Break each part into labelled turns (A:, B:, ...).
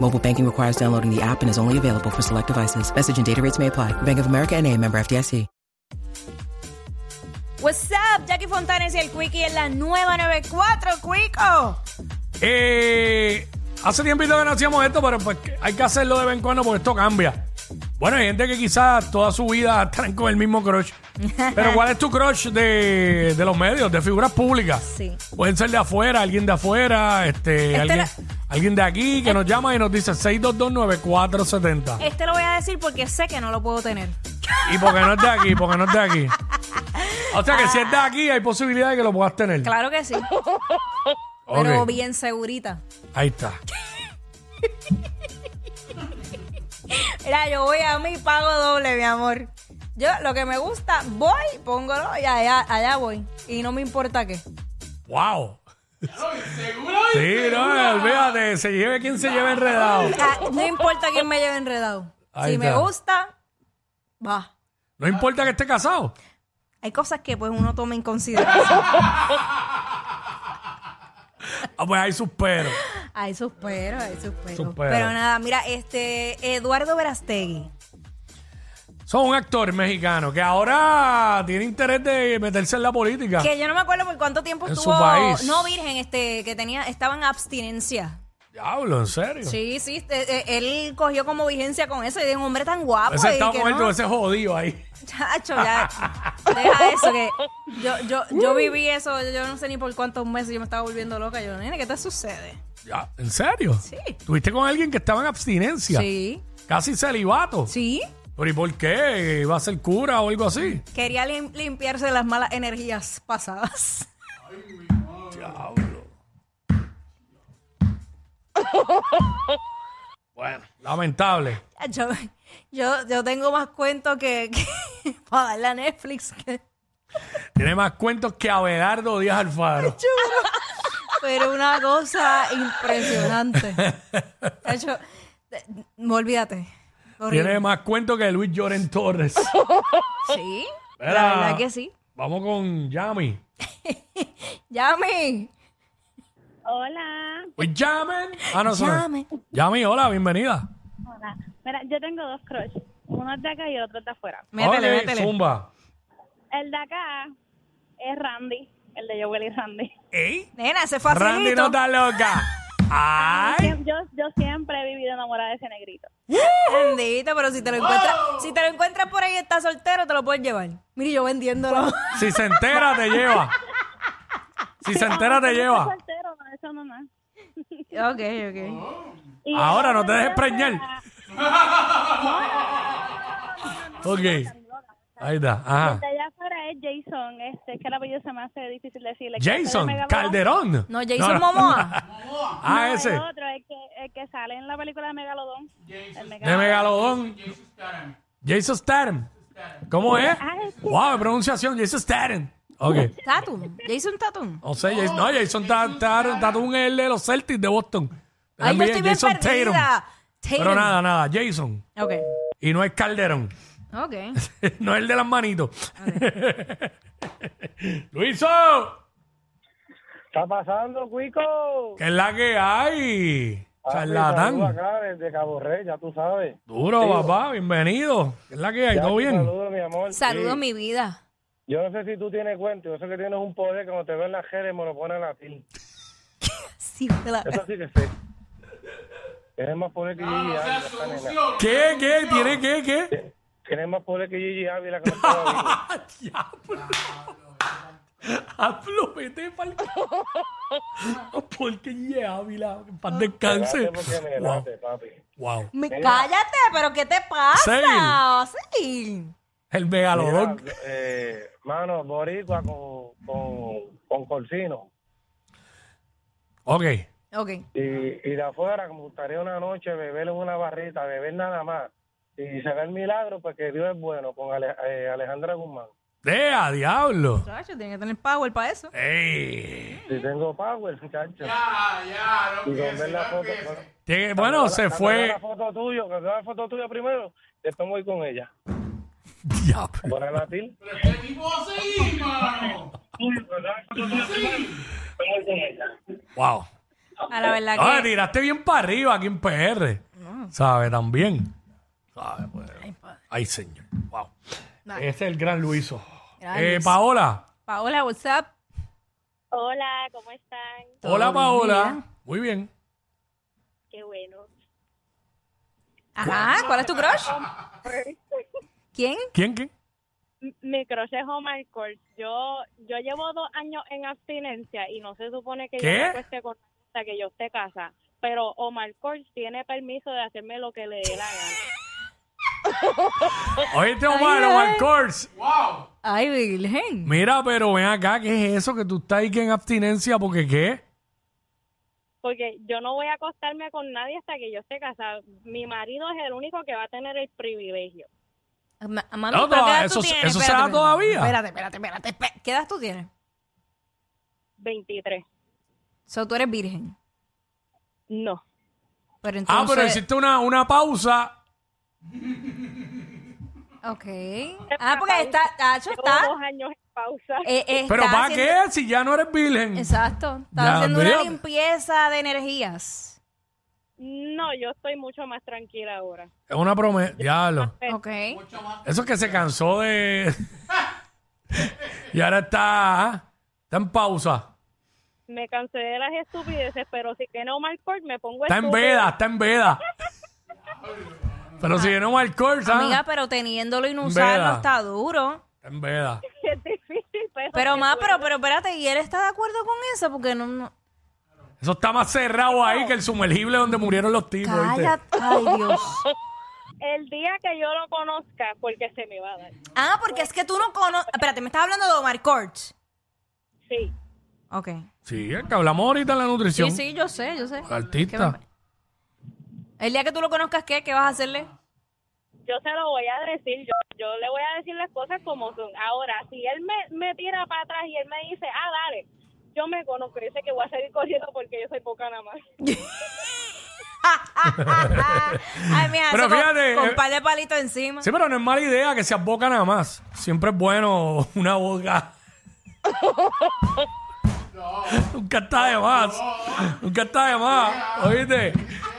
A: Mobile banking requires downloading the app and is only available for select devices. Message and data rates may apply. Bank of America and a member FDIC.
B: What's up, Jackie Fontanes y el Quickie en la nueva 94, Quico.
C: Eh, hace tiempito que no hacíamos esto, pero pues hay que hacerlo de vez en cuando porque esto cambia. Bueno, hay gente que quizás toda su vida estarán con el mismo crush. Pero ¿cuál es tu crush de, de los medios, de figuras públicas?
B: Sí.
C: Pueden ser de afuera, alguien de afuera, este,
B: Este
C: alguien,
B: era-
C: alguien de aquí que nos llama y nos dice 6229470.
B: Este lo voy a decir porque sé que no lo puedo tener.
C: Y porque no es de aquí, porque no es de aquí. O sea que si es de aquí hay posibilidad de que lo puedas tener.
B: Claro que sí,
C: Ok,
B: pero bien segurita.
C: Ahí está.
B: Mira, yo voy a mi pago doble, mi amor. Yo lo que me gusta, voy, póngolo y allá, allá voy. Y no me importa qué.
C: ¡Wow! Sí, no, olvídate, se lleve quien se lleve enredado.
B: Ah, No importa quién me lleve enredado.
C: Ahí
B: si me
C: está.
B: gusta, va.
C: No importa que esté casado.
B: Hay cosas que pues uno toma en consideración.
C: Ah, pues hay sus peros.
B: Ay, suspero, ay, suspero.
C: Suspero.
B: Pero nada, mira, este, Eduardo Verastegui.
C: Son un actor mexicano que ahora tiene interés de meterse en la política.
B: Que yo no me acuerdo por cuánto tiempo
C: Ah. En su
B: estuvo.
C: país.
B: No, virgen, este, que tenía, estaba en abstinencia.
C: Diablo, en serio.
B: Sí, sí, este, eh, él cogió como vigencia con eso y de un hombre tan guapo.
C: ese
B: y
C: está
B: que
C: muerto,
B: no.
C: ese jodido ahí.
B: Chacho, ya. deja eso, que yo, yo,
C: Uh.
B: yo viví eso, yo no sé ni por cuántos meses yo me estaba volviendo loca. Yo, nene, ¿qué te sucede?
C: Ya, ¿En serio?
B: Sí.
C: ¿Tuviste con alguien que estaba en abstinencia?
B: Sí,
C: Casi celibato.
B: sí.
C: ¿Pero y por qué? ¿Iba a ser cura o algo así?
B: Quería lim- limpiarse las malas energías pasadas.
C: Diablo. bueno, lamentable.
B: Yo, yo, yo tengo más cuentos que, que para darle a Netflix. que-
C: Tiene más cuentos que Abelardo Díaz Alfaro.
B: Pero una cosa impresionante. De hecho, de- no, olvídate. Horrible.
C: Tiene más cuentos que Luis Lloren Torres.
B: Sí,
C: Era-
B: la verdad que sí.
C: Vamos con Yami.
B: Yami,
D: Hola.
C: Pues llamen. Ah, no, eso no es.
B: Yami.
C: Yami, hola, bienvenida.
D: Hola. Mira, yo tengo dos crush. Uno es de acá y el otro es de afuera.
B: Métele,
C: Ok,
B: métele.
C: Zumba.
D: El de acá es Randy, el de Joel y Randy.
C: ¿Eh?
B: Nena, ese facilito.
C: Randy no está loca. Ay.
D: Yo, yo siempre he vivido enamorada de ese negrito.
B: Bendito, pero si te
C: Oh.
B: lo encuentras, si te lo encuentras por ahí y estás soltero, te lo puedes llevar. Mire, yo vendiéndolo.
C: Si se entera, te lleva. Si se entera, te
D: Yo soy
C: lleva.
D: soltero, no, eso no más.
B: ok,
C: Oh.
B: ok.
D: Y el
C: Ahora no
D: otro
C: te dejes
D: es de
C: preñar.
D: acá.
C: Ok. Ahí está. Ajá.
D: El de allá afuera es Jason, este, es que el apellido se me hace difícil decirle. Que es el
C: Jason
D: de Mega
C: Calderón.
B: No, Jason Momoa.
C: Ah,
D: No,
C: ese.
D: El otro, el que, el que sale en la película de Megalodón. El
C: De Megalodón. Jason Statham. ¿Cómo es? Wow, de pronunciación. Jason Statham. Ok.
B: Tatum. Jason Tatum.
C: No sé, Jason, no, Jason Tat- Tat- Tatum es el de los Celtics de Boston.
B: Ay, yo
C: También
B: estoy bien
C: Jason
B: perdida.
C: Tatum.
B: Tatum.
C: Pero nada, nada, Jason.
B: Ok,
C: Y no es Calderón.
B: ok.
C: no es el de las manitos. Luiso,
E: ¿Está pasando, Cuico?
C: que es la que hay.
E: Saludos
C: Charlatán.
E: acá desde Cabo Rey, ya tú sabes.
C: Duro, papá, bienvenido. ¿Qué es la que hay?
E: Ya
C: ¿Todo
E: te
C: bien?
E: Saludos, mi amor.
B: Saludos,
E: Sí.
B: mi vida.
E: Yo no sé si tú tienes cuenta, yo sé que tienes un poder que cuando te ven las jeres me lo ponen a ti.
B: Sí, me la-
E: Eso sí que sé. Tienes más poder que Gigi Ávila, esta nena.
C: ¿Qué, qué? ¿Tiene qué, qué?
E: Tienes más poder que Gigi Ávila que no estaba vivo.
C: Diablo. Hazlo, vete pa'l ¡Oh, carajo. Porque ya, Ávila, en paz descanse.
E: Espérate porque me
C: Wow,
E: late, papi.
C: wow.
B: Me- cállate, pero ¿qué te pasa? Sí.
C: El
E: Mira,
C: megalodón.
E: Ah, eh, mano, boricua con, con, con corcino.
C: Ok.
B: Ok.
E: Y, y de afuera, como gustaría una noche beber en una barrita, beber nada más. Y se ve el milagro, porque Dios es bueno, con Ale- eh, Alejandra Guzmán.
C: ¡Dea, diablo!
B: Chacho, tiene que tener power para eso.
C: ¡Ey!
E: Si tengo power, muchacho. y con ver la foto, bueno,
C: Tiene- Bueno, se
E: cuando vea
C: fue.
E: la foto tuya, cuando vea la foto tuya primero, después voy con ella.
C: Diablo.
E: Buenas noches. Pues
C: Wow.
B: A la verdad
C: Ah,
B: que.
C: tiraste bien para arriba aquí en PR. ¿Sabe? También. ¿Sabe? Pues, ay, señor. Wow. Ese es el gran Luiso.
B: Gran
C: Eh,
B: Luiso.
C: Paola.
B: Paola, WhatsApp.
D: Hola, ¿cómo están?
B: Todo
C: Hola,
B: bien,
C: Paola.
B: mira.
C: Muy bien.
D: Qué bueno.
B: Ajá, ¿cuál es tu crush? ¿Quién?
C: ¿Quién, quién?
D: Mi crush es Omar Court. Yo, yo llevo dos años en abstinencia y no se supone que
C: ¿Qué?
D: yo me acueste con hasta que yo esté casa. Pero Omar Court tiene permiso de hacerme lo que le dé la gana.
C: Oíste, Omar,
B: Ay,
C: Omar
B: ay.
C: Kors.
B: Ay, Virgen.
C: Mira, pero ven acá, ¿qué es eso que tú estás ahí que en abstinencia? Porque qué?
D: Porque yo no voy a acostarme con nadie hasta que yo esté casada. Mi marido es el único que va a tener el privilegio.
B: Ma- Mami,
C: No,
B: ¿pero
C: toda-
B: qué edad
C: eso
B: tú
C: se-
B: tienes?
C: eso se
B: Espérate,
C: da
B: espérate.
C: todavía.
B: Espérate, espérate, espérate. espérate. ¿Qué edad tú tienes?
D: 23.
B: O sea, tú eres virgen.
D: No.
B: Pero
C: Ah,
B: entonces...
C: pero hiciste una, una pausa.
B: Ok. Ah, porque está... Tacho
D: Llevo
B: está...
D: dos años en pausa.
B: eh, eh,
C: ¿Pero
B: está
C: para
B: haciendo-
C: qué? Si ya no eres virgen.
B: Exacto. Está
C: Ya,
B: haciendo una
C: mira.
B: limpieza de energías.
D: No, yo estoy mucho más tranquila ahora.
C: Es una promesa. Diablo.
B: Ok.
C: Eso es que se cansó de. y ahora está. ah, Está en pausa.
D: Me cansé de las estupideces, pero si tiene Omar Court me pongo
C: Está en
D: estúpida.
C: veda, está en veda. Pero si viene un alcohol, ¿sabes?
B: Amiga, pero teniéndolo y no usarlo
C: Vela.
B: está duro.
C: Está en veda.
D: Es difícil, pero...
B: Pero más, pero, pero espérate, ¿y él está de acuerdo con eso? Porque no... no-
C: Eso está más cerrado ahí que el sumergible donde murieron los tipos. ¿viste?
B: Cállate. Ay, Dios.
D: El día que yo lo conozca, porque se me va a dar.
B: Ah, porque es que tú no conoces... Espérate, me estás hablando de Omar Corch.
D: Sí.
B: Ok.
C: Sí, es que hablamos ahorita en la nutrición.
B: Sí, sí, yo sé, yo sé.
C: Artista.
B: ¿Qué El día que tú lo conozcas, ¿qué? ¿Qué vas a hacerle?
D: Yo se lo voy a decir, yo, yo le voy a decir las cosas como son. Ahora, si él me, me tira para atrás y él me dice, ah, dale, yo me conozco, yo sé que voy a seguir corriendo porque yo soy poca nada más.
B: Ay, mija,
C: Pero
B: eso con-
C: fíjate,
B: con
C: eh,
B: un par de palitos encima.
C: Sí, pero no es mala idea que se boca nada más. Siempre es bueno una boca. Nunca está de más. Nunca está de más. ¿Oíste?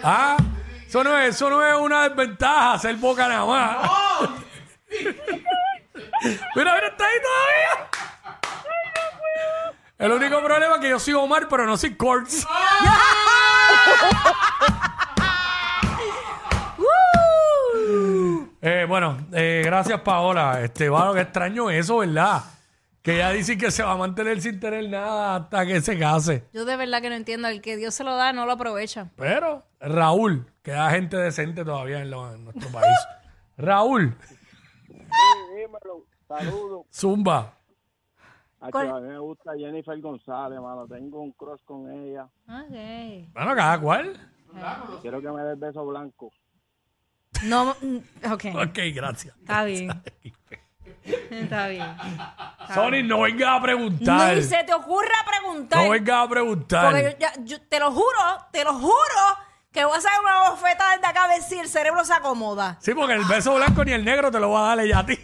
C: ¿Ah? Eso no, es, eso no es una desventaja, ser boca nada más. mira, mira, está ahí todavía. El único problema es que yo soy Omar, pero no soy Cortz. Eh, bueno, eh, gracias Paola. Este, bueno, que extraño eso, ¿verdad? Que ella dice que se va a mantener sin tener nada hasta que se case.
B: Yo de verdad que no entiendo. El que Dios se lo da, no lo aprovecha.
C: Pero, Raúl, queda gente decente todavía en, lo- en nuestro país. Raúl,
F: Dímelo, saludos.
C: Zumba.
F: A
B: ¿Cuál?
F: a mí me gusta Jennifer González, mano. Tengo un cross con ella.
B: Ok.
C: Bueno, cada cual.
F: Quiero que me des beso blanco.
B: No, mm, ok.
C: Ok, gracias.
B: Está bien. Está bien.
C: Sony, no venga a
B: No
C: preguntar.
B: ni se te ocurra preguntar.
C: No venga a preguntar.
B: porque yo, ya- yo te lo juro, te lo juro, que voy a hacer una bofeta desde acá a ver si el cerebro se acomoda.
C: Sí, porque el beso blanco ni el negro te lo va a dar ella a ti.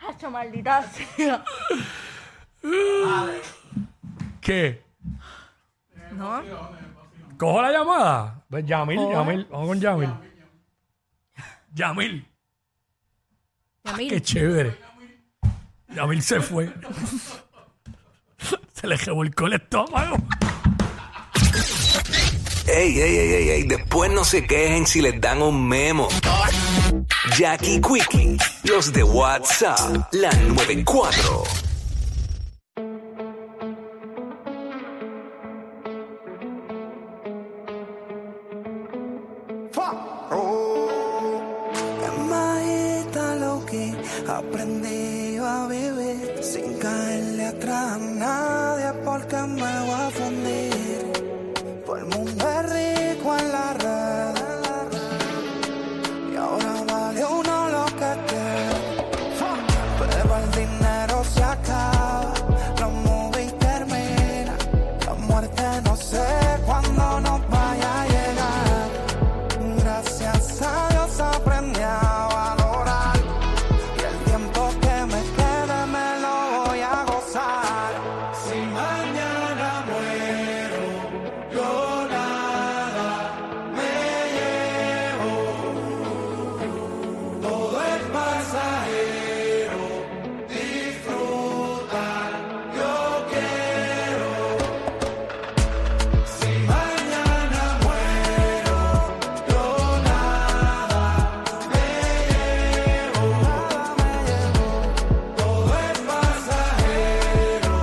B: Hacho, maldita sea.
C: ¿Qué?
B: No.
C: ¿Cojo la llamada? Pues Yamil, Yamil. Vamos con Yamil. Yamil.
B: Yamil.
C: Qué chévere. Yamil se fue. se le revolcó el estómago.
G: Ey, ey, ey, ey, ey, después no se quejen si les dan un memo. Jackie Quickie, los de WhatsApp, la 94.
H: Maeta lo que aprendí a vivir sin caerle atrás a nadie porque me voy a fundir. Todo el mundo es rico en la red. Y ahora vale uno lo que te. Pero el dinero se acaba, los movies terminan. La muerte no sé cuándo nos vaya a llegar. Gracias a Dios aprendí a valorar y el tiempo que me quede me lo voy a gozar. Si mañana muero, yo nada me llevo. Todo es pasajero, disfrutar yo quiero. Si mañana muero, yo nada me llevo, nada me llevo. Todo es pasajero,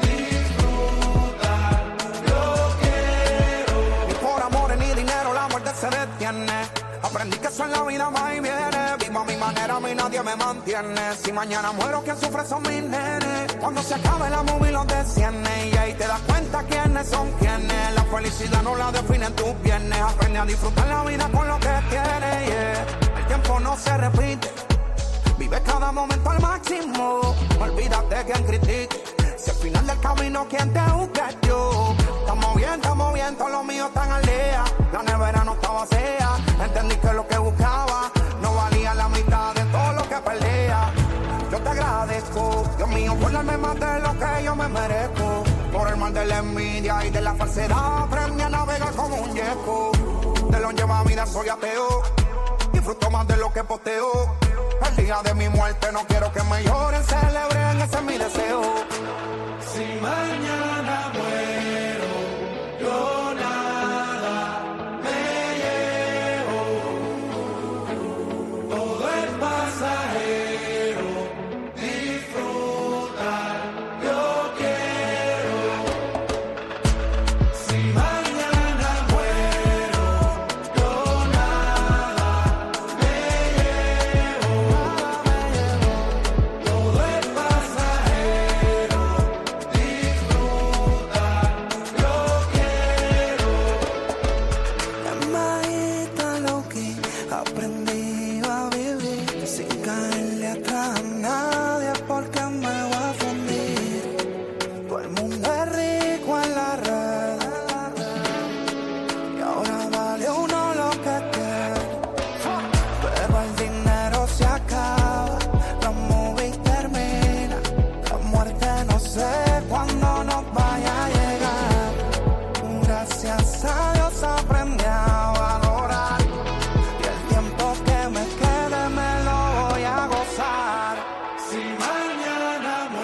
H: disfrutar, yo quiero. Ni por amor ni dinero la muerte se detiene. Aprendí que eso en la vida va y viene. Vivo a mi manera, a mí nadie me mantiene. Si mañana muero, quien sufre son mis nenes. Cuando se acabe la movie los desciende. Y ahí te das cuenta quiénes son quienes. La felicidad no la definen tus viernes. Aprende a disfrutar la vida con lo que tienes. yeah. El tiempo no se repite. Vive cada momento al máximo. Olvídate quien critique. Si al final del camino quien te busca es yo. Estamos bien, estamos bien, todos los míos están al día. La nevera no está vacía. Entendí que lo que buscaba no valía la mitad de todo lo que perdía. Yo te agradezco, Dios mío, por darme más de lo que yo me merezco. Por el mal de la envidia y de la falsedad, aprendí a navegar como un yeco. Te lo lleva a vida, soy ateo disfruto más de lo que posteo. El día de mi muerte no quiero que me lloren, celebren, ese es mi deseo. Si mañana muero, yo nada me llevo. Todo es pasajero, disfrutar, yo quiero. Si mañana muero, yo nada. Maeta lo que aprendí